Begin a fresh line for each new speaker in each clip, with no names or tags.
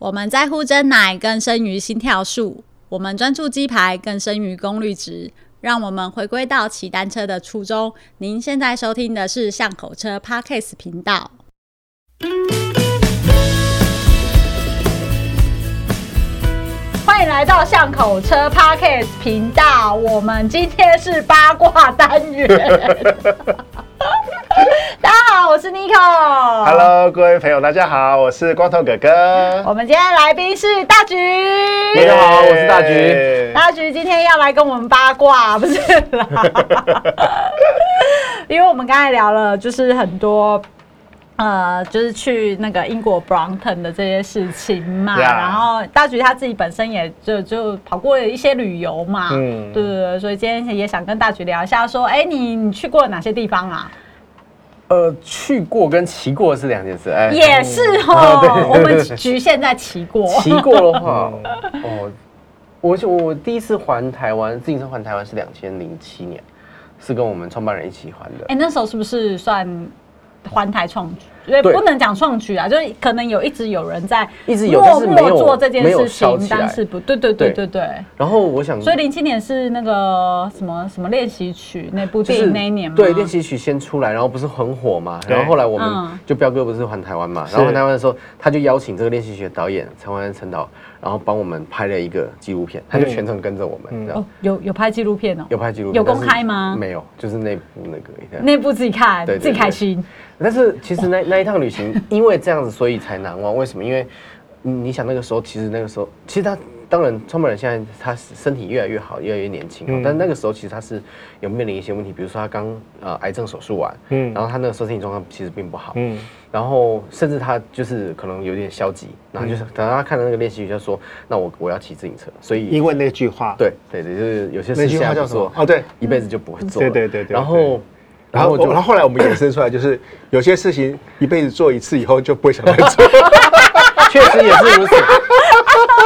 我们在乎真奶更胜于心跳数，我们专注鸡排更胜于功率值。让我们回归到骑单车的初衷。您现在收听的是巷口车 Podcast 频道。欢迎来到巷口车 Podcast 频道。我们今天是八卦单元。大家好，我是 Nico。
Hello，各位朋友，大家好，我是光头哥哥。
我们今天来宾是大橘。
大家好我是大橘
耶
大局今天要来跟我们八卦，不是啦？ 因为我们刚才聊了，就是很多。呃，就是去那个英国 Brompton 的这些事情嘛
Yeah
然后大橘他自己本身也就就跑过一些旅游嘛，
嗯
对对对，所以今天也想跟大橘聊一下，说，哎、你你去过哪些地方 啊？
呃，去过跟骑过是两件事，哎、
也是
啊
哦，
对对
我们
对对
局限在骑过，
骑过的话，哦，我就我第一次环台湾，自行车环台湾是两千零七年，是跟我们创办人一起环的
哎、。那时候是不是算环台创举？也
对
不能讲创举啊，就是可能有一直有人在
一直有
默
但是没
默
有
做这件
没有
事
烧
情，
起来
但是不对，对对对
对
对。
然后我想，
所以零七年是那个什么什么练习曲那部
就
电
是
影那一年吗？
对练。习曲先出来，然后不是很火嘛，
对
然后后来
嗯
我们就彪哥不是环台湾嘛，然后环台湾的时候，他就邀请这个练习曲的导演陈焕安陈导，然后帮我们拍了一个纪录片，他就全程跟着我们，这
哦
样，
有有拍纪录片哦，
有拍纪录片，
有公
但是
开吗
没有，就是内部那个这样
那部自己看，
对对
自己
对
开心。
但是其实那那一趟旅行，因为这样子，所以才难忘。为什么？因为你你想那个时候，其实那个时候，其实他当然创办人现在他身体越来越好，越来越年轻、哦
嗯
但那个时候其实他是有面临一些问题，比如说他刚呃癌症手术完，
嗯
嗯，然后他那个时候身体状况其实并不好，
嗯，
然后甚至他就是可能有点消极，
嗯
然后就是等到他看到那个练习曲，就说那我我要骑自行车，所以
因为那句话，，
对对对，就是有些
嗯那
事
句
情
话
他
叫
不
什么
做？，
哦，对，
一辈子就不会做了，
对对对对
然后
然后
就
然后后来我们衍生出来，就是 有些事情一辈子做一次以后就不会想再做。
确实也是如此。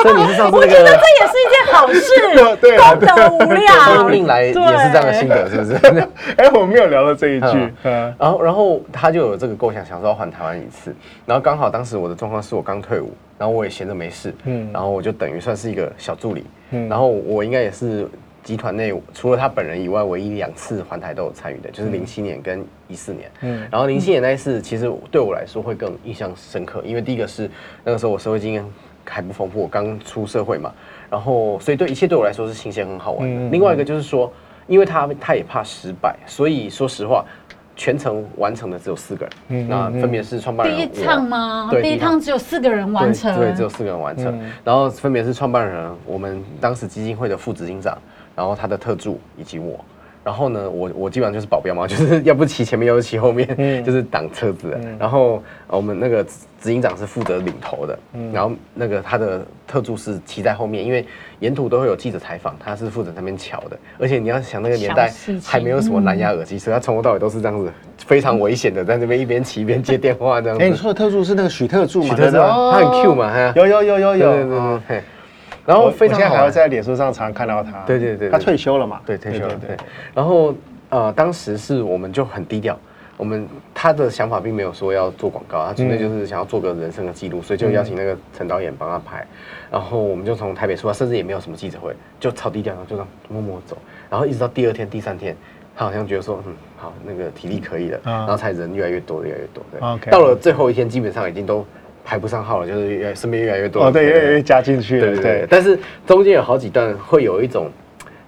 所以你是上次那个
这也是一件好 事，
对啊
功德无
生
量。
命来也是这样的心得，是不是？
哎，我们没有聊到这一句，嗯，
然后，然后他就有这个构想，想说要环台湾一次。然后刚好当时我的状况是我刚退伍，然后我也闲着没事，
嗯
嗯，然后我就等于算是一个小助理，
嗯
嗯，然后我应该也是集团内除了他本人以外，唯一两次环台都有参与的，就是零七年跟一四年，
嗯
嗯，然后零七年那一次其实对我来说会更印象深刻，因为第一个是那个时候我社会经验还不丰富，我刚出社会嘛，然后所以对一切对我来说是新鲜很好玩的。
嗯嗯
另外一个就是说，因为他他也怕失败，所以说实话。全程完成的只有四个人，
嗯嗯
那
嗯
分别是创办人
第一趟吗？
对
第一
第一趟
趟只有四个人
我
完成，
对，对，只有四个人完
嗯
成。然后分别是创办人，我们当时基金会的副执行长，然后他的特助以及我。然后呢，我我基本上就是保镖嘛， 就是要不骑前面，要不骑后面，
嗯
就是挡车子的。然后呃我们那个执执行长是负责领头的，
嗯
然后那个他的特助是骑在后面，因为沿途都会有记者采访，他是负责那边瞧的。而且你要想那个年代
小事情
还没有什么蓝牙耳机，所以他从头到尾都是这样子，非常危险的，在那边一边骑一边接电话这样子。
哎，你说的特助是那个许特助嘛？
许特助啊
哦
他很 Q 嘛嘿
有有有有有，
对对对对
嗯。
嘿然
我
后
非
非
常
常
现在
好
还会
玩，
在脸书上常看到他，
对对对对
他退休了嘛？
对退休了对
对。。
然后呃，当时是我们就很低调，我们他的想法并没有说要做广告，他
嗯
纯粹就是想要做个人生的记录，所以就邀请那个陈导演帮他拍。然后我们就从台北出发，甚至也没有什么记者会，就超低调，然后就这样默默走，然后一直到第二天、第三天。他好像觉得说，嗯，好，那个体力可以了，
啊
然后才人越来越多，越来越多。对
OK
到了最后一天，基本上已经都排不上号了，就是越身边越来越多。
哦，对，越来越加进去
对
了，
对对，但是中间有好几段会有一种，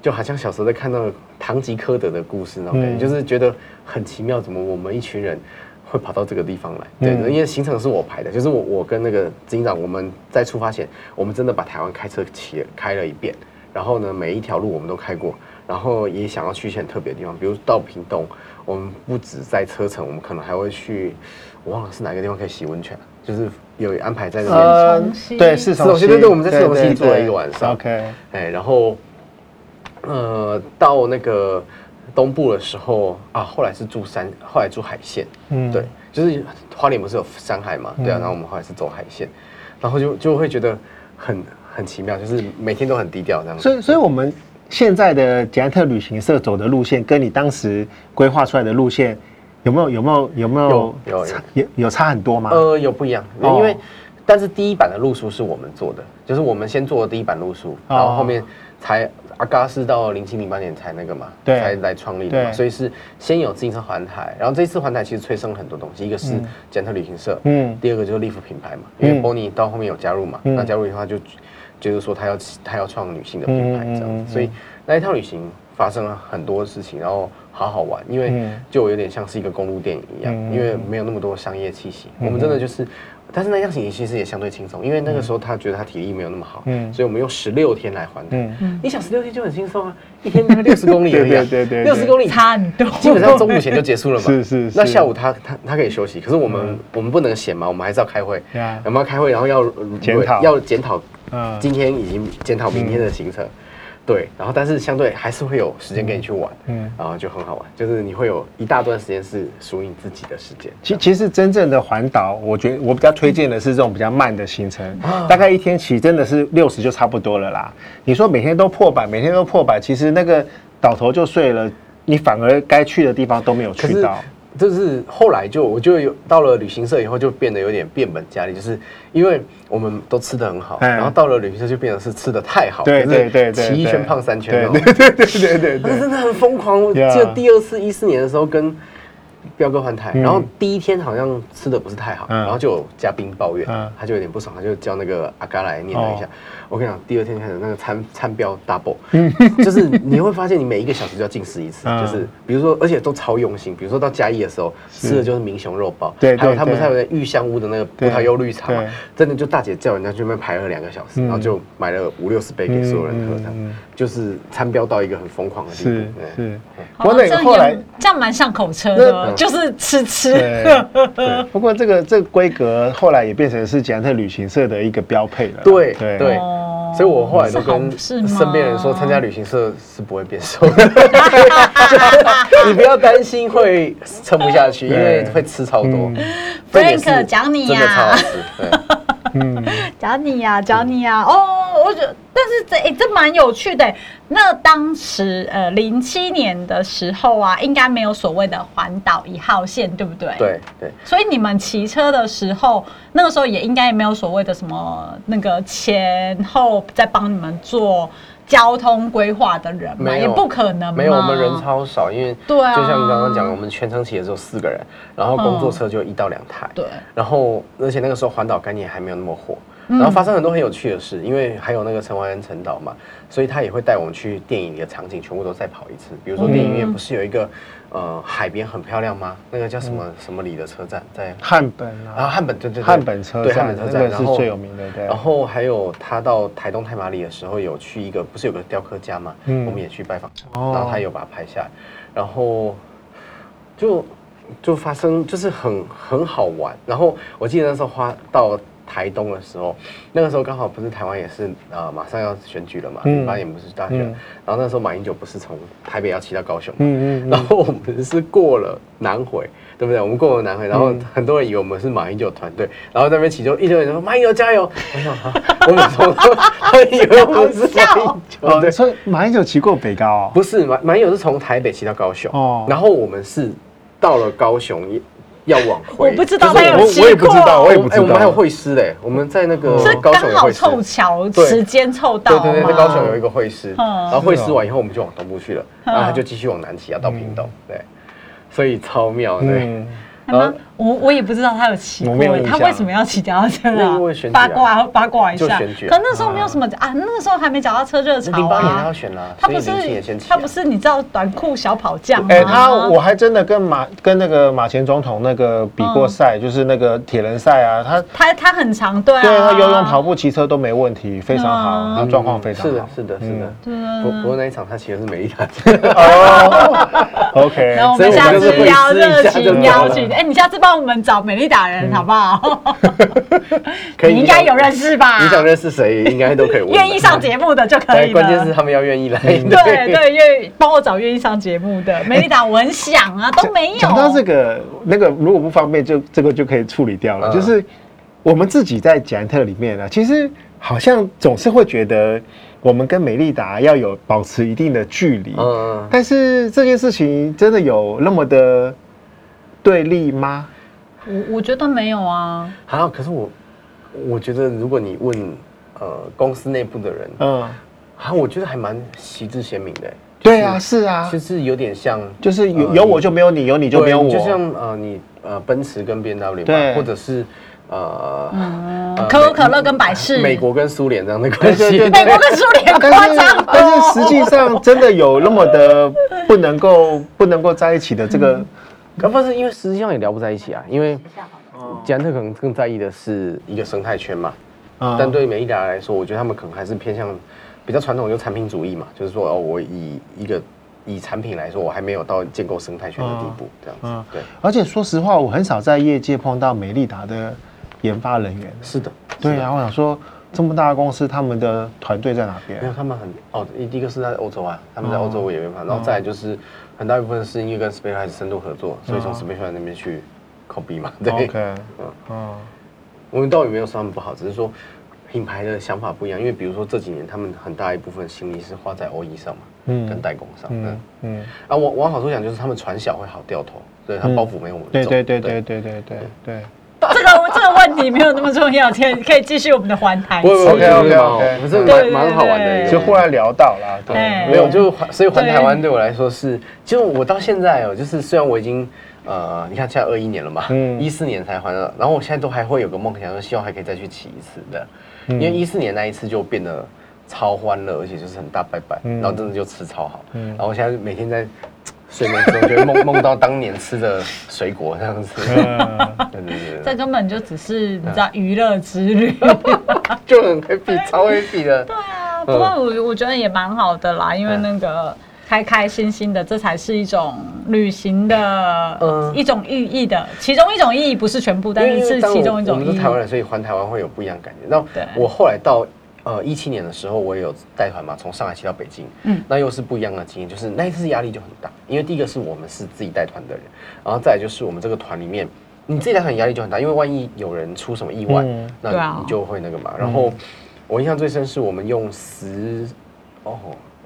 就好像小时候在看到堂吉诃德的故事那种感觉，
嗯
就是觉得很奇妙，怎么我们一群人会跑到这个地方来？对，
嗯
因为行程是我排的，就是我我跟那个警长，我们在出发前，我们真的把台湾开车骑了开了一遍，然后呢，每一条路我们都开过。然后也想要去一些很特别的地方，比如到屏东，我们不止在车程，我们可能还会去，我忘了是哪个地方可以洗温泉了，就是有安排在那边。
呃
重新
对，是
重新对对我们在四重溪住了一个晚上
OK，
哎，然后，呃，到那个东部的时候啊，后来是住山，后来住海线，
嗯
对，就是花莲不是有山海嘛，对啊，然后我们后来是走海线，然后就就会觉得很很奇妙，就是每天都很低调这样子。
所以所以我们现在的捷安特旅行社走的路线，跟你当时规划出来的路线，有没有有没有有没有
有有有
有有差很多吗？
呃，有不一样，
哦
因为但是第一版的路书是我们做的，就是我们先做了第一版路书，
哦
然后后面才阿嘎是到零七零八年才那个嘛，
对
才来创立的嘛，
对
所以是先有自行车环台，然后这一次环台其实催生了很多东西，一个是捷特旅行社，
嗯
第二个就是利福品牌嘛，因为
嗯
Bonnie 到后面有加入嘛，
嗯
那加入的话就就是说他要他要创女性的品牌这
嗯嗯
样
嗯嗯
子，所以那一趟旅行发生了很多事情，然后好好玩，因为
嗯
就有点像是一个公路电影一样
嗯嗯，嗯
因为没有那么多商业气息，我们真的就是。但是那趟旅行其实也相对轻松，因为那个时候他觉得他体力没有那么好，
嗯
所以我们用十六天来还
嗯
他。你想十六天就很轻松啊，一天大概六十公里而已、啊，
对对对对
六十公里
差很多。
基本上中午前就结束了嘛。
是是是
那下午他他他可以休息，可是我们、我们不能闲嘛，我们还是要开会。
Yeah
我们要开会，然后要呃
检讨
要检讨
嗯
今天已经检讨明天的行程。对，然后但是相对还是会有时间给你去玩，
嗯
嗯，然后就很好玩，就是你会有一大段时间是属于你自己的时间。
其其实真正的环岛，我觉得我比较推荐的是这种比较慢的行程，
啊
大概一天起真的是六十就差不多了啦。你说每天都破百，每天都破百，其实那个倒头就睡了，你反而该去的地方都没有
可
去
是
到。
就是后来就我就有到了旅行社以后就变得有点变本加厉，就是因为我们都吃的很好，
嗯
然后到了旅行社就变得是吃的太好，
对
就是
对对对
骑一
对
圈胖三圈那哦
对
种，
对对对对
那
对，
真的很疯狂。我记
Yeah
得第二次一四年的时候跟彪哥换台，
嗯
然后第一天好像吃的不是太好，
嗯
然后就有嘉宾抱怨
嗯，
他就有点不爽，他就叫那个阿嘎来念了一下
哦。
我跟你讲，第二天开始那个餐餐标 double，就是你会发现你每一个小时就要进食一次，
嗯
就是比如说，而且都超用心。比如说到嘉义的时候吃的就是明雄肉包，
对对
还有他们
对
还有那玉香屋的那个葡萄柚绿茶嘛
对对，
真的就大姐叫人家去那边排了两个小时，
嗯
然后就买了五六十杯给所有人喝这样
嗯嗯嗯
就是参标到一个很疯狂的地步。嗯
是
对
是。
好
不过
啊这
那
样
个后来
也这样蛮上口车的
那
哦， 就是吃吃。
对，
对
不过这个这个规格后来也变成是捷安特旅行社的一个标配了啦。
对
对
对
哦
所以我后来都
是好
跟
事吗
身边人说，参加旅行社是不会变瘦 的，你不要担心会撑不下去，因为会吃超多
嗯。
分也是
Frank，讲你
真的超
呀
好吃。对
嗯，
找你呀、找你呀、哦，我觉得，但是这诶、这蛮有趣的、那当时呃零七年的时候啊，应该没有所谓的环岛一号线，对不对？。
对对，
所以你们骑车的时候，那个时候也应该也没有所谓的什么那个前后在帮你们做交通规划的人 嘛，
没
也
有
不可能嘛，
没有我们人超少，因为
对啊
就像你刚刚讲，我们全程骑的只有四个人，然后工作车就一到两台。
对，
然后而且那个时候环岛概念还没有那么火，
嗯
然后发生很多很有趣的事，因为还有那个陈怀恩陈导嘛，所以他也会带我们去电影里的场景全部都再跑一次。比如说电影院不是有一
嗯
个呃海边很漂亮吗？那个叫什么什么里的车站在。
汉本
啊，
啊，
汉本对对对
嗯汉本车
对
站
汉本车
那
站，
个是
然后
最有名的对
然后还有他到台东太麻里的时候，有去一个不是有个雕刻家嘛，
嗯
我们也去拜访，
哦
然后他有把它拍下来，然后就就发生就是很很好玩。然后我记得那时候花到台东的时候，那个时候刚好不是台湾也是呃马上要选举了嘛，
嗯
零八年不是大选，
嗯
然后那时候马英九不是从台北要骑到高雄嘛，
嗯嗯
然后我们是过了南回， 对不对？我们过了南回，然后
嗯
很多人以为我们是马英九团队，然后在那边祈求，一堆人说马英九加油， 我想啊我们从他以为我们是马英
嗯，哦，
九，对，
所以马英九骑过北高哦，
不是马马英九是从台北骑到高雄，
哦
然后我们是到了高雄要往回，
我不知道
就是
他有
我
骑
我也不知道，
过
我也
我
不
哎
知
我们还有
道。
会师嘞，我们在那个
所以
高
刚
雄有
好
会师。
凑巧
对
时间凑到
对
嘛，
对对，在高雄有一个会师，
嗯
然后会师完以后我们就往东部去了，然后他就继续往南骑啊，到屏东，对，所以超妙，对。
嗯，
还蛮
呃
我我也不知道他有骑
我
过
没有
欸，
印
他
象
为什么要骑脚踏车
那
啊
因为选？举
八
啊
卦八卦一下，
就选举啊
可那时候没有什么啊，那个时候还没脚踏车热潮啊。
零八年他要选啦，
他
所以
不
林志也
是
先起啊
他不是你知道短裤小跑将吗？
哎、他我还真的跟马跟那个马前总统那个比过赛，就是那个铁人赛啊，他
他他很长对啊，
对他游泳、跑步、骑车都没问题，非常好，
嗯
他状况非常好。嗯
是的，是的，是的。
啊
不不过那一场他骑的是美利达，
哦 ，OK，
然后我
所以
们
我
下
们就是
次邀
回思一
热
下就
情
好
邀
了嗯
请，哎，你下次帮我们找美丽达人好不好？
可以
你应该有认识吧？
你想认识谁，应该都可以问。
愿意上节目的就可
但
以了。
关键是他们要愿意来。
对对，愿意帮我找愿意上节目的美丽达，我很想啊，都没有。
讲到这个，那个如果不方便，就这个就可以处理掉了。
嗯
就是我们自己在捷安特里面呢、啊其实好像总是会觉得我们跟美利达要有保持一定的距离，
嗯，
但是这件事情真的有那么的对立吗？
我我觉得没有啊，
好，可是我我觉得如果你问呃公司内部的人，
嗯，
啊，我觉得还蛮旗帜鲜明的、
对啊，是啊
就，是有点像
就是有有我就没有你，有你就没有
对
我，
就像呃你呃奔驰跟 B N W
对
或者是呃呃
嗯可口可乐跟百事，
美国跟苏联这样的关系，
对对
美国跟苏联 夸
但是
张
但是
哦，
实际上真的有那么的不能够不能够在一起的这个，
可不是因为实际上也聊不在一起啊，因为捷安特可能更在意的是一个生态圈嘛，
嗯
但对美利达来说，我觉得他们可能还是偏向比较传统，就产品主义嘛，就是说哦，我以一个以产品来说，我还没有到建构生态圈的地步，这样
嗯
子。对，
而且说实话，我很少在业界碰到美利达的研发人员。
是的，
对啊，我想说这么大的公司，他们的团队在哪
没有
边？
他们很哦，一第一个是在欧洲啊，他们在欧洲也研发，然后再来就是很大一部分是因为跟 Space 还是深度合作，所以从
哦
Space 那边去 copy 嘛，对。
OK，
嗯
嗯
我们倒也没有说他们不好，只是说品牌的想法不一样。因为比如说这几年，他们很大一部分心力是花在 OE 上嘛，
嗯
跟代工上。嗯
嗯，嗯，
啊，往往好处讲就是他们传小会好掉头，所以它
嗯
包袱没有我们重。
对对对对对对对对。
这个这个问题没有那么重要，可以可以继续我们的环台
不。会不会
OK，OK，OK
不
对
是蛮
对
蛮好玩的
对
一个。
就忽然聊到啦，
哎
对，
没有，就环所以环台湾对我来说是，就我到现在哦，就是虽然我已经呃，你看现在二一年了嘛，
嗯
一四年才环了，然后我现在都还会有个梦想，说希望还可以再去骑一次的，因为一四年那一次就变得超欢乐，而且就是很大拜拜，
嗯
然后真的就吃超好，
嗯
然后我现在每天在睡眠中就会梦梦到当年吃的水果这样子，
嗯
对对对
这
对，
根本就只是你知
啊
道娱乐之 旅。
嗯就很 happy，超 happy 的，
对啊，不过我我觉得也蛮好的啦，
嗯
因为那个开开心心的，这才是一种旅行的、
嗯
一种寓意的，其中一种意义不是全部，但
因为
是是
当
其
我
中一
我
种
们
意
是
义
台。湾人，所以环台湾会有不一样的感觉。
对
那我后来到呃一七年的时候，我也有带团嘛，从上海骑到北京，
嗯
嗯，那又是不一样的经验，就是那一次压力就很大，因为第一个是我们是自己带团的人，然后再来就是我们这个团里面。你自己带团压力就很大，因为万一有人出什么意外，
嗯
对
那
啊
你就会那个嘛。然后我印象最深是我们用十哦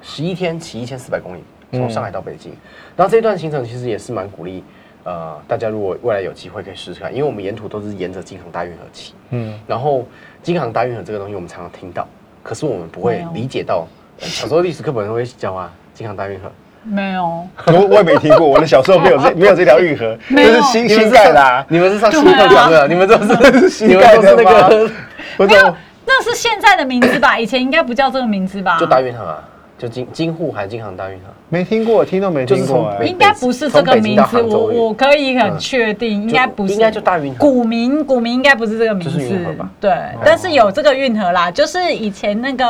十一天骑一千四百公里，
嗯
从上海到北京。然后这段行程其实也是蛮鼓励呃大家，如果未来有机会可以试试看，因为我们沿途都是沿着京杭大运河骑。
嗯，
然后京杭大运河这个东西我们常常听到，可是我们不会
啊
没有
理解到，呃小时候历史课本会教啊，京杭大运河。
没有，
哦
我我也没听过，我的小时候没有这没有这条运河，这
没有
是新新盖的啊，
你们是上西课讲的，你们都是 你
新
们
盖
都是
的
那
吗
个，
不
没
是
有，那是现在的名字吧？以前应该不叫这个名字吧？
就大运河啊，就京京沪还是京杭大运河。
没听过，听都没听
就是
过
从
哎
北
应该不是这个名字，我我可以很确定，应该不是，
应嗯该就大运河嗯
古名，古名应该不是这个名字，
就是运河吧嗯
对，但是有这个运河啦，就是以前那个。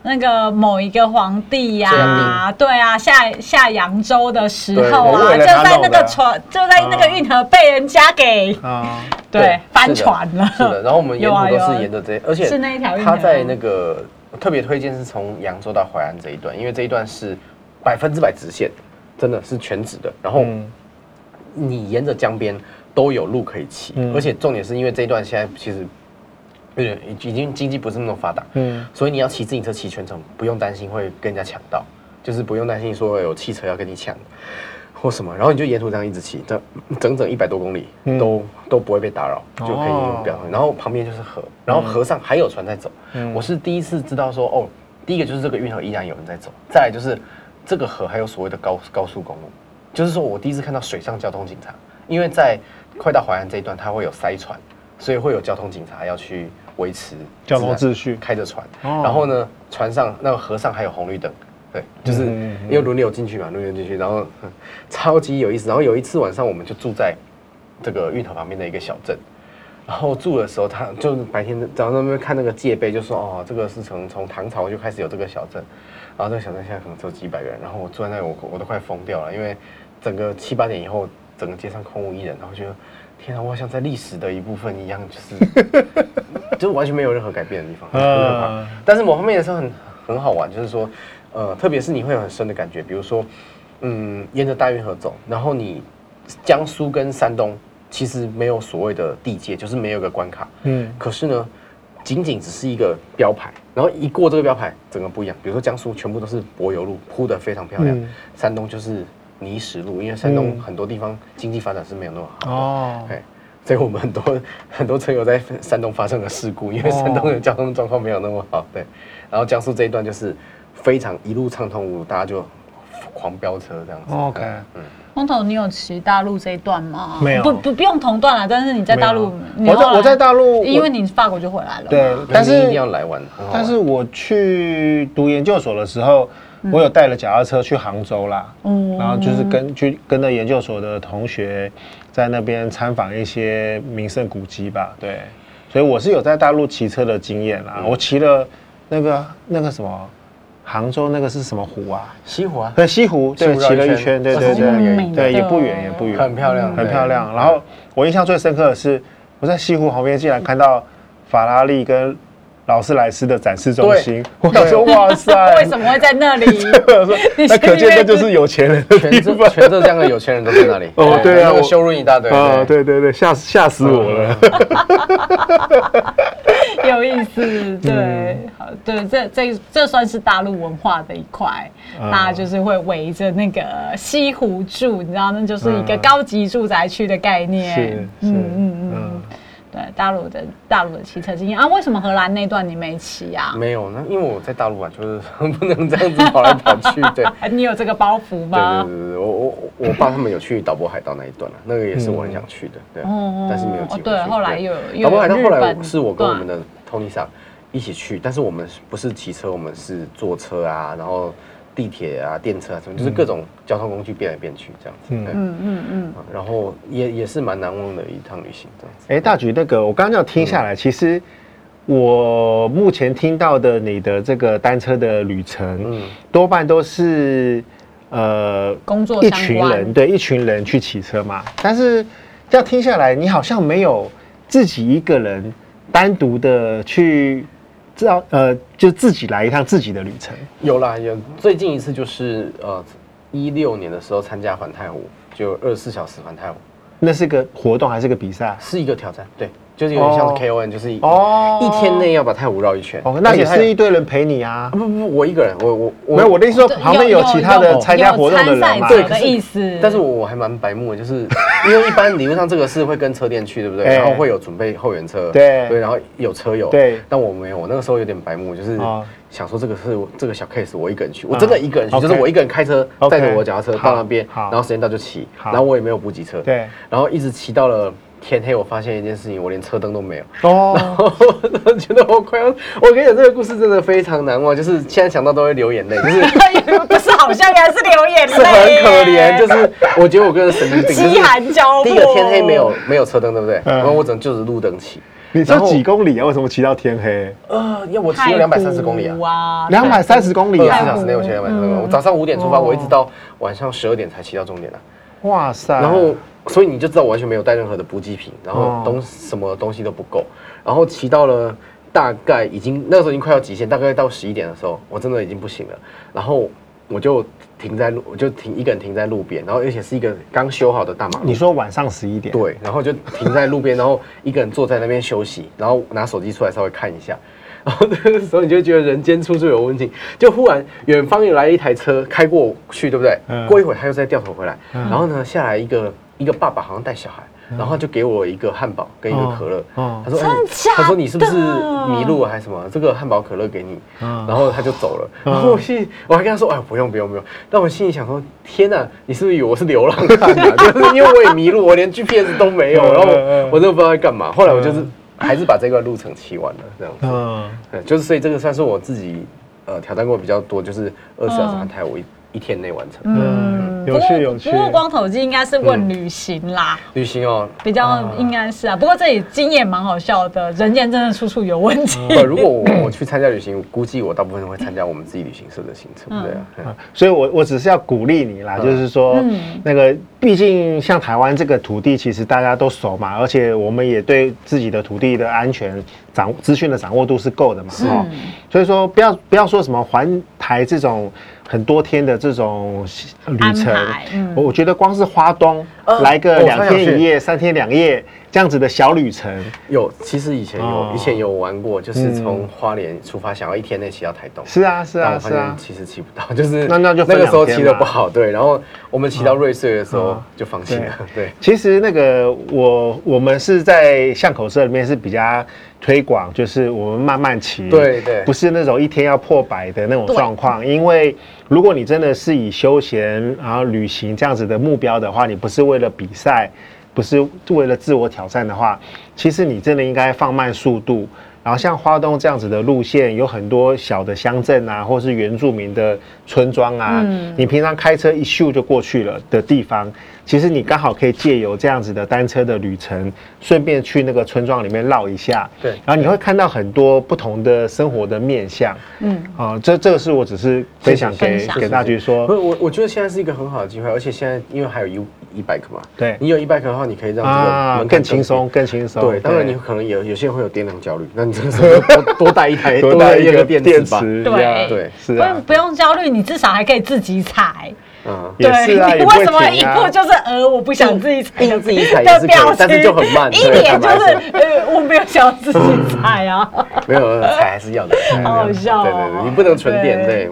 那个某一个皇帝呀、
夏阳
对啊，下下扬州的时候
对
啊，
我以
就
为
在
他
那
弄
个
的
嗯
船，就在那个运河被人家给、
啊，
对翻
是的
船了。
是的，然后我们沿
有啊
途都
有啊
是沿着这，而且
是那一条运河
它在那个特别推荐是从扬州到淮安这一段，因为这一段是百分之百直线，真的是全直的。然后
嗯
你沿着江边都有路可以骑，
嗯
而且重点是因为这一段现在其实有点已经经济不是那么发达，
嗯
所以你要骑自行车骑全程，不用担心会跟人家抢到，就是不用担心说有汽车要跟你抢或什么，然后你就沿途这样一直骑，整整整一百多公里
嗯
都、都不会被打扰，
哦
就可以用表。然后旁边就是河，然后河上还有船在走。哦
嗯
我是第一次知道说，哦，第一个就是这个运河依然有人在走，再来就是这个河还有所谓的高高速公路，就是说我第一次看到水上交通警察，因为在快到淮安这一段，它会有塞船，所以会有交通警察要去维持
交通
治安
秩序
开着船，
哦
然后呢，船上那个河上还有红绿灯，对，就是
嗯嗯嗯
因为轮流进去嘛，轮流进去，然后嗯超级有意思。然后有一次晚上，我们就住在这个运河旁边的一个小镇，然后住的时候，他就是白天早上那边看那个界碑，就说哦，这个是从从唐朝就开始有这个小镇，然后这个小镇现在可能只有几百个人，然后我住在那里，我我都快疯掉了，因为整个七八点以后，整个街上空无一人，然后觉得天啊，我好像在历史的一部分一样，就是 就完全没有任何改变的地方，很可怕
嗯。
但是某方面也是很很好玩，就是说，呃，特别是你会有很深的感觉，比如说，嗯，沿着大运河走，然后你江苏跟山东其实没有所谓的地界，就是没有一个关卡，
嗯
可是呢，仅仅只是一个标牌，然后一过这个标牌，整个不一样。比如说江苏全部都是柏油路，铺得非常漂亮，
嗯
山东就是泥石路，因为山东
嗯
很多地方经济发展是没有那么好的。
哦
哎，所以我们很多 很多车友在山东发生了事故，因
哦
为山东的交通状况没有那么好。对，然后江苏这一段就是非常一路畅通无阻，大家就狂飙车这样子。
OK
嗯，
光头，你有骑大陆这一段吗？
没有
不不不用同段了。啊但是你在大陆，你
我在
后来
我在大陆，
因为
我
你法国就回来了嘛。
对
那，
但
你
是
一定要来玩。很好玩
但是我去读研究所的时候，我有带了脚踏车去杭州啦，
嗯
然后就是跟去跟着研究所的同学在那边参访一些名胜古迹吧，对，所以我是有在大陆骑车的经验
嗯
啦，我骑了那个那个什么。杭州那个是什么湖啊？
西湖啊，
对，西湖，对，
西湖绕
骑了一
一
圈，
圈
对
二
对
十几公里而
对，
已
对，也不
哦真的
远，也不远，
很漂亮，
很
对
漂亮。然后我印象最深刻的是，我在西湖旁边竟然看到法拉利跟劳斯莱斯的展示中心，我想说哇塞，
为什么会在那里？
我说 那可见这就是有钱人的
全
地
浙
方。
全浙江的有钱人都在那里。哎
哦对啊
那
我
个修润一大堆。
啊，对对对，吓死吓死我了！
有意 思，
嗯
对，好，对，这这这算是大陆文化的一块，
嗯
大家就是会围着那个西湖住，你知道，那就是一个
嗯
高级住宅区的概 念
是，是
嗯嗯嗯
嗯，
对，大陆的大陆的骑车经验啊，为什么荷兰那段你没骑啊？
没有，那因为我在大陆啊，就是 不能这样子跑来跑去。对，
啊你有这个包袱
对对
吗？
对对，我我我爸他们有去岛泊海盗那一段啊，那个也是我很想去的，对，啊但是没有机会
哦
去。
对后来又有又有
岛泊海盗
日
后来
本
我是我
对
跟我们的 Tony 上一起去，但是我们不是骑车，我们是坐车啊，然后地铁啊、电车啊什么，就是各种交通工具变来变去这样子。
嗯
对啊
嗯嗯嗯，
然后也也是蛮难忘的一趟旅行，这样子。
哎，大举那个，我刚刚这样听下来，其实我目前听到的你的这个单车的旅程，
嗯，
多半都是呃
工作
一
相
群
关
人，对一群人去骑车嘛。但是这样听下来，你好像没有自己一个人单独的去知道呃，就自己来一趟自己的旅程。
有啦，有最近一次就是呃一六年的时候参加环太湖，就二十四小时环太湖，
那是个活动还是个比赛？
是一个挑战，对，就是有点像
哦
K O N，就是一
哦
一天内要把太湖绕一圈。
哦，那也
而且它有
是一堆人陪你啊
啊。不不，不我一个人，我我我
没有，我的意思说
对
旁边有其他的参加活动的人
有
嘛。
对
参赛者
可
的
是
意思，
但是我我还蛮白目的，就是 因为一般理论上这个是会跟车店去，对不对？
哎
然后会有准备后援车，
对
对，然后有车友，
对
但我没有，我那个时候有点白目，就是
哦啊
想说这个是这个小 case，我一个人去，我真的一个人去，
OK
就是我一个人开车
OK
带着我脚踏车
好
到那边，
好
然后时间到就骑，
好
然后我也没有补给车，
对，
然后一直骑到了天黑，我发现一件事情，我连车灯都没有。
哦，
我觉得我快要，我跟你讲，这个故事真的非常难忘，就是现在想到都会流眼泪， 就是
不是好像还是流眼泪，
是很可怜，就是我觉得我跟神经病，就是
饥寒交迫
第一个天黑没有没有车灯，对不对？
嗯
然后我只能就是路灯骑。
你这
然后
几公里啊？为什么骑到天黑？
呃，要我骑
太
了两百三十公里啊
苦。啊
两百三十公里
二十四
啊
小！时内我骑两百三十公
嗯
里，我早上五点出发，我一直到晚上十二点才骑到终点的。
哇塞！
然后，所以你就知道我完全没有带任何的补给品，然
哦
后东什么东西都不够，然后骑到了大概已经那时候已经快要极限，大概到十一点的时候，我真的已经不行了，然后我就停在路，我就停一个人停在路边，然后而且是一个刚修好的大马路
你。说晚上十一点，
对，然后就停在路边，然后一个人坐在那边休息，然后拿手机出来稍微看一下，然后这个时候你就觉得人间处处有温情，就忽然远方又来了一台车开过去，对不对？
嗯
过一会儿他又再掉头回来，然后呢下来一个一个爸爸好像带小孩，然后就给我一个汉堡跟一个可乐，
嗯哦哦
他说、哎
真的假
他说你是不是
的
迷路了还是什么？这个汉堡可乐给你，
嗯
然后他就走了，然后我心里我还跟他说，哎，不用不用不用。但我心里想说，天哪，你是不是以为我是流浪汉啊？ 就是因为我也迷路，我连 GPS 都没有，
嗯
然后
嗯
我我都不知道在干嘛。后来我就是还是把这个路程骑完了，这样子。
嗯，
对就是所以这个算是我自己呃挑战过比较多，就是二十小时
嗯
环太，我一一天内完成。
嗯，
有趣有趣
不过光头机应该是问旅行啦，
旅行 哦，
比较应该是啊。不过这里经验蛮好笑的，人间真的处处有问题。
呃，如果我我去参加旅行，估计我大部分会参加我们自己旅行社的行程，对啊。嗯
所以我，我只是要鼓励你啦，就是说，
嗯
那个，毕竟像台湾这个土地，其实大家都熟嘛，而且我们也对自己的土地的安全掌资讯的掌握度是够的嘛，哦，所以说不要不要说什么环台这种很多天的这种旅程
安排嗯，
我、我觉得光是花东、
嗯
来个
哦
两
超想
天
去
一夜、三天两夜，这样子的小旅程，
有，其实以前有，
哦
以前有玩过，就是
嗯
从花莲出发，想要一天内骑到台东。
是啊是
但我
啊
发
是
现
啊，
其实骑不到， 就是
那那就分
那个时候
两天
骑的
嘛
不好，对。然后我们骑到瑞穗的时候
哦
就放弃了， 对。
其实那个我我们是在巷口社里面是比较推广，就是我们慢慢骑，
对对
不是那种一天要破百的那种状况。因为如果你真的是以休闲然后旅行这样子的目标的话，你不是为了比赛，不是为了自我挑战的话，其实你真的应该放慢速度。然后像花东这样子的路线，有很多小的乡镇啊，或是原住民的村庄啊，
嗯
你平常开车一咻就过去了的地方，其实你刚好可以借由这样子的单车的旅程，顺便去那个村庄里面绕一下。
对
然后你会看到很多不同的生活的面向。
嗯，
啊、这这个是我只是分享
分
给
享
给大局
不
说，
是我，我觉得现在是一个很好的机会，而且现在因为还有 U e bike 嘛，
对
你有 e bike 的话，你可以让这个门
啊，
槛
更轻松，
低。
更轻松。
对，当然你可能有有些人会有电量焦虑，那你这个 时候多多带一台，
多带
带
一个
电
电
吧。
池，
对
这样
对
是
不
啊
用。不用焦虑，你至少还可以自己踩。
嗯，
也是啊，
你
也不会
为什么一
停啊
步就是呃，我不想自己踩
硬
的
自己踩也
的
是可
表情，，
以但是就很慢，
一
对
脸就
坦白说
是呃，我没有想要自己踩啊。
没有踩还是 要的，踩还是要的
好好笑哦
对对对，你不能纯电，
对
对。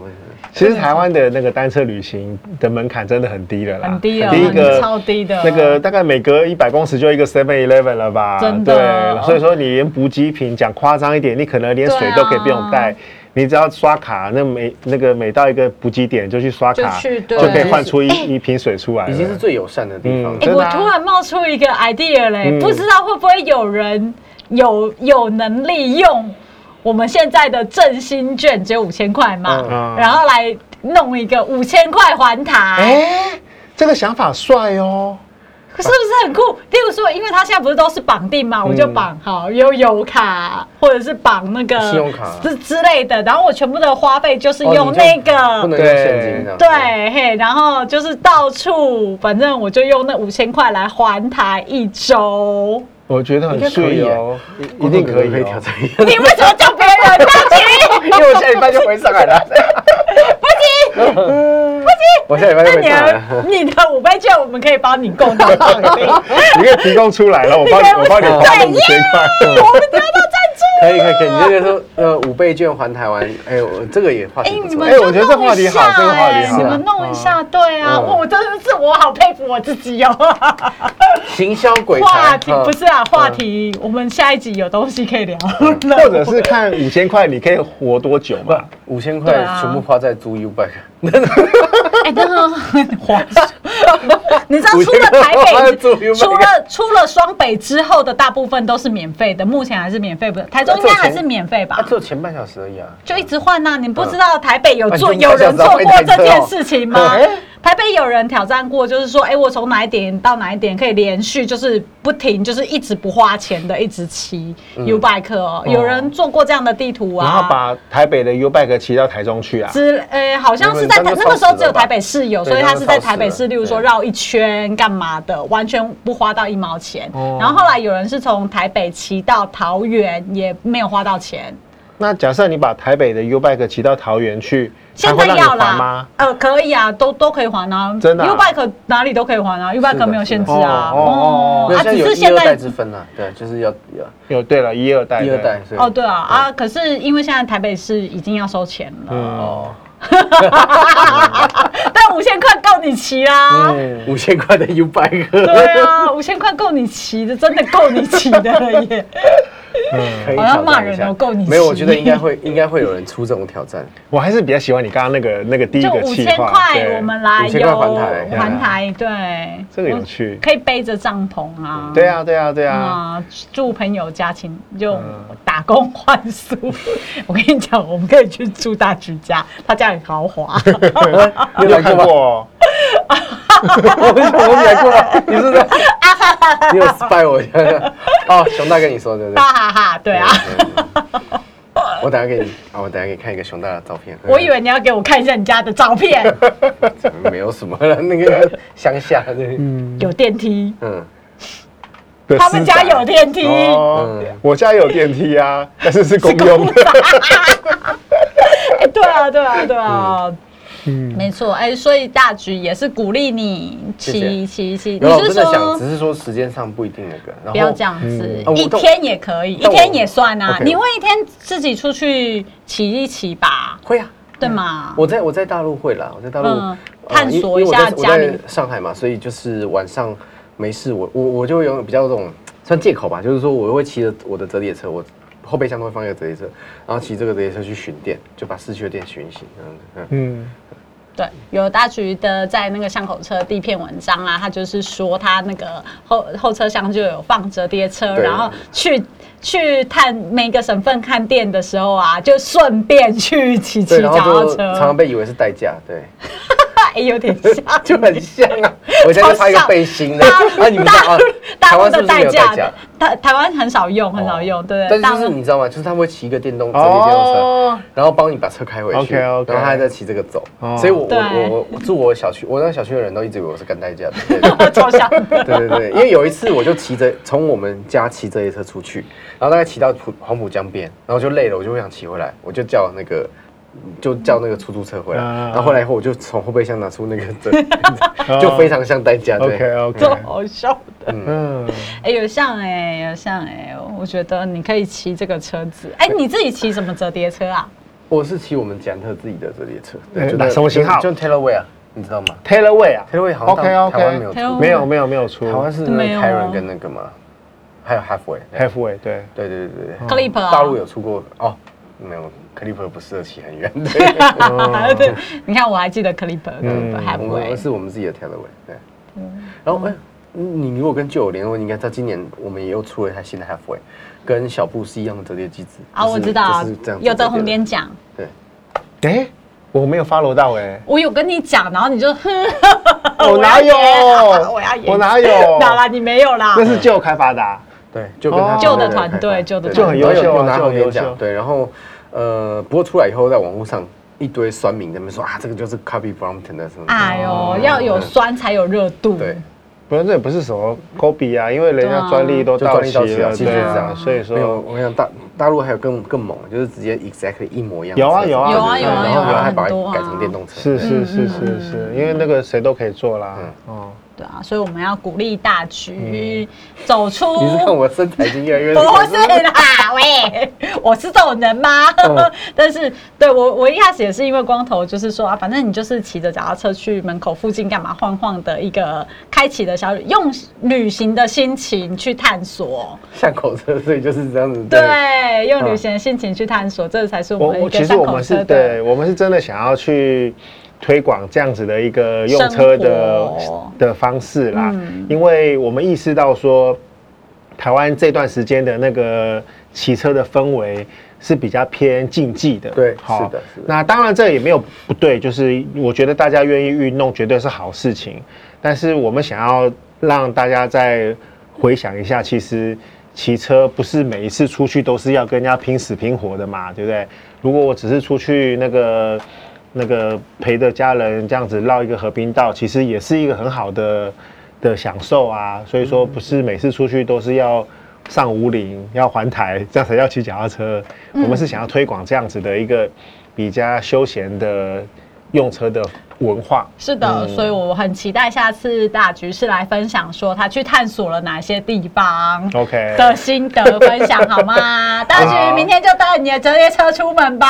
其实台湾的那个单车旅行的门槛真的很低了啦，
很低哦
第一个
超低的
那个大概每隔一百公尺就一个 Seven Eleven 了吧？
真的哦
对，所以说你连补给品，讲夸张一点，你可能连水都可以不用
啊
带。你只要刷卡，那每那个每到一个补给点就去刷卡，
就去对
可以换出一、一瓶水出来了。
已经是最友善的地方
嗯
哎、
了。
真
我
的啊
突然冒出一个 idea 嘞、
嗯
不知道会不会有人有有能力用我们现在的振兴券，只有五千块嘛、
嗯
然后来弄一个五千块环台、
哎、这个想法帅哦，
可是不是很酷？例如说，因为它现在不是都是绑定
嗯
嘛，我就绑好悠游卡，或者是绑那个
信用卡
之之类的，然后我全部的花费就是
哦
用
你就
那个。
不能用现金这样。
对，嘿，然后就是到处，反正我就用那五千块来还台一周。
我觉得很
应该可以啊
帅哦，一一定可以、
可以挑
哦。
战一下。
你为什么叫别人不行？
因为我下礼拜 就回上海了。不行，不行，我下礼拜就
那
回
你
上
的
海了。
你的五倍券，我们可以帮你供到到底。
你可以提供出来了，我帮你，
你可以
我帮你
我
花五千 块。
可以可以可以，你这个说呃五倍券还台湾，哎，我这个也话
哎、
题不
你
错。
们
哎
就
我觉得这话题
弄一
好
下
这个话题
哎
好
你们弄一下，对啊，
嗯
我真的是我好佩服我自己哦。
哎行销鬼
话
才
题不是啊，话题我们下一集有东西可以聊。
或者是看五千块你可以活多久嘛？
五千块
对啊
全部花在租 U bike，
哎，真 的很划算。你知道，除了台北
我要
之，
做
除了除了双北之后的大部分都是免费的，目前还是免费不？台中应该还是免费
啊，
吧
只？有前半小时而已啊。
就一直换呐，你不知道台北有做
啊你就
有
不知道
人做过这件事情吗
会开车哦？
台北有人挑战过，就是说，哎，我从哪一点到哪一点可以连续，就是不停，就是一直不花钱的，一直骑
嗯
U bike 哦。有人做过这样的地图啊，
然后把台北的 U bike 骑到台中去啊？
之呃，好像是在台
那个
那
超
个
时
时候只有
了吧
台北市有，
对
所以
那
他
个
是
超
在
时
台北
了
市，例如说
对
绕一圈干嘛的，完全不花到一毛钱。
哦
然后后来有人是从台北骑到桃园，也没有花到钱。
那假设你把台北的 U bike 骑到桃园去，它
现
会
在
让你
要
还
啦
吗？，
呃，可以啊，都都可以还啊，
真的啊
U bike 哪里都可以还啊，U
是
bike
的
没有限制
是的
啊。
哦哦
哦
哦，
那
啊，
现在
只
有
是
一
现
二代
在
之分啊，对，就是要要
有对了，一二代，
一二代，
对
所以
哦，对啊，啊，可是因为现在台北市已经要收钱了，
嗯，
哦，
但五千块够你骑啦。
嗯
五千块的 U bike
对啊，五千块够你骑的，真的够你骑的了耶！
可以
好像
挑
骂
战一
人
下
哦够你
没有，我
骑
觉得应该会应该会有人出这种挑 战。
我还是比较喜欢你刚刚那个那 个第一
就
个
五
计
千
划，
块，
对
我们来
5000
有
块环台
环台，对，
这个有趣
我可以背着帐篷啊，
对啊，对啊，对啊，
啊，住朋友家亲就打工换宿。 我跟你讲，我们可以去住大居家，他家很豪 华，
哎
嗯
你有看过哦？
我不是我没来过啊，你是 在，你有 spy 我一下哦，熊大跟你说对不对？
哈哈哈，对啊。
我等下给你啊，我等下给你看一个熊大的照片。
我以为你要给我看一下你家的照片，
嗯没有什么了，那个乡下对，嗯
有电梯，
嗯
的
他们
私宅
家有电梯，
哦
嗯
我家有电梯啊，但是是公用的。
哎对啊，对啊，对啊。
嗯，
没错，哎，所以大局也是鼓励你骑骑骑。你
有了，我
是
真的想，
说
只是说时间上不一定那个。然后
不要这样子
嗯，
一天也可以，一
但我
天也算啊。
OK
你会一天自己出去骑一骑吧，
会啊，
对吗？
我在我在大陆会啦，我在大陆、
嗯
呃
探
因
索一
因为我
下
在我
家里
在上海嘛，所以就是晚上没事，我我我就会有比较这种算借口吧，就是说我会骑着我的折叠车，我后备箱都会放一个折叠车，然后骑这个折叠车去巡店，就把市区的店巡一巡，这样子。嗯
嗯，
对，有大局的在那个巷口车第一篇文章啊，他就是说他那个后后车厢就有放折叠车，
对啊
然后去去探每个省份看店的时候啊，就顺便去骑骑
对，然
脚
后
踏车，
就常常被以为是代驾，对，。
哎，有点像
就很像 啊。我现在就穿一个背心的， 啊，你们知道啊，
大
台
陆
湾是
的
不是没
代
有
驾
代驾？，
台台湾很少用，很少用，对不对？
但
大
是就是
陆
你知道吗？就是他们会骑一个电动折叠电动车，然后帮你把车开回去，然后
哦 OK，OK
他还在骑这个走。
哦
所以我我
对
我我我住我小区，我那个小区的人都一直以为我是干代驾的。对对
超像。
对对对，因为有一次我就骑着从我们家骑着一车出去，然后大概骑到浦黄浦江边，然后就累了，我就不想骑回来，我就叫那个。就叫那个出租车回来，
啊
然后后来以后我就从后备箱拿出那个
哦
折，就非常像代驾。对
OK OK，
超好笑的，
嗯，
哎、有像哎、有像哎、我觉得你可以骑这个车子。哎、你自己骑什么折叠车啊？
我是骑我们捷安特自己的折叠车，
哎
对，就
哪
那
什么型号
就就 Taylorway 啊，你知道吗
Taylor Way 啊
？Taylorway 好像
OK
到台湾
OK，
没有出，
Taylor-
没有没有没有出
台湾是那
没有
个
啊
Tyron 跟那个嘛，还有 Halfway，对
Halfway 对，
对对对对
Clip 啊
嗯大陆有出过哦，没有 Clipper 不适合骑很远，对，哦
对，你看我还记得 Clipper
嗯
的
我们
Halfway，
是我们自己的 Taylorway，对，然后哎。你如果跟旧有联络，你应该知道今年我们也又出了一台新的 Halfway，跟小布是一样的折叠机制
啊，
就是
我知道啊
就是这样，子
有得
折叠
红
的
点奖，
对，
哎，我没有 follow 到 哎，
我有跟你讲，然后你就 哼，
哦
我哪 有
我要？演
我哪 有？
哪啦？你没有啦
那。是旧开发的啊，
对，就跟他
哦
团队
旧的团队旧的团队
对
就很优秀啊
有有拿
就
红
很优
点
秀
奖，对，然后呃，不过出来以后，在网络上一堆酸民在那边说啊，这个就是 copy Brompton 的什么，
哎呦，要有酸才有热度。
哦对，
不是这也不是什么勾比啊，因为人家专利都
嗯就
到
专利
期
到期
了，
了，其实
对
是这
啊，
样，
所以
没有，
说
我想大大陆还有更更猛，就是直接 exactly 一模一样的
有啊
车子，
有啊
对
有啊
对
有啊
对
有啊
然后还
很
把
多啊
它改成电动车，
是是是
嗯
是是，因为那个谁都可以做啦
嗯，
哦。
对啊，所以我们要鼓励大局走出。
嗯你是看我身材已经越来 越
哦不是 啦，
嗯
喂， 我是这种人吗？ 但是对我，我一开始也是因为光头，就是说啊，反正你就是骑着脚踏车去门口附近干嘛晃晃的一个开启的小旅，用旅行的心情去探索，
巷口车，所以就是这样子，
对，用旅行的心情去探索，这才是我
我
们一
我
个
其实
巷
嗯我
口
们
车
是
的
对，我们是真的想要去推广这样子的一个用车的
生活
的方式啦，
嗯
因为我们意识到说，台湾这段时间的那个骑车的氛围。是比较偏竞技的，
对是的是的
那当然这也没有不对，就是我觉得大家愿意运动绝对是好事情，但是我们想要让大家再回想一下，其实骑车不是每一次出去都是要跟人家拼死拼活的嘛，对不对？如果我只是出去那个那个陪着家人这样子绕一个和平道，其实也是一个很好的的享受啊。所以说，不是每次出去都是要。上五岭要环台，这样才要骑脚踏车。
嗯
我们是想要推广这样子的一个比较休闲的用车的文化。
是的，
嗯
所以我很期待下次大局是来分享说他去探索了哪些地方。
OK，
的心得分享好 吗？大
好
局明天就带你的折叠车出门吧。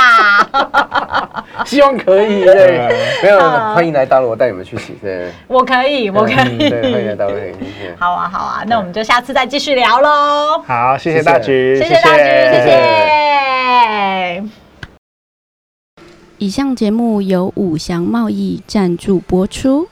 希望可以，对，
嗯
没有，欢迎来大陆，我带你们去骑，对，
我可以，我可
嗯对，欢迎来
以。
大陆，谢谢。
好啊，好啊，那我们就下次再继续聊喽。
好，谢
谢
谢
谢
大局，
谢谢大局，谢
谢
谢。
以上节目由五祥贸易赞助播出。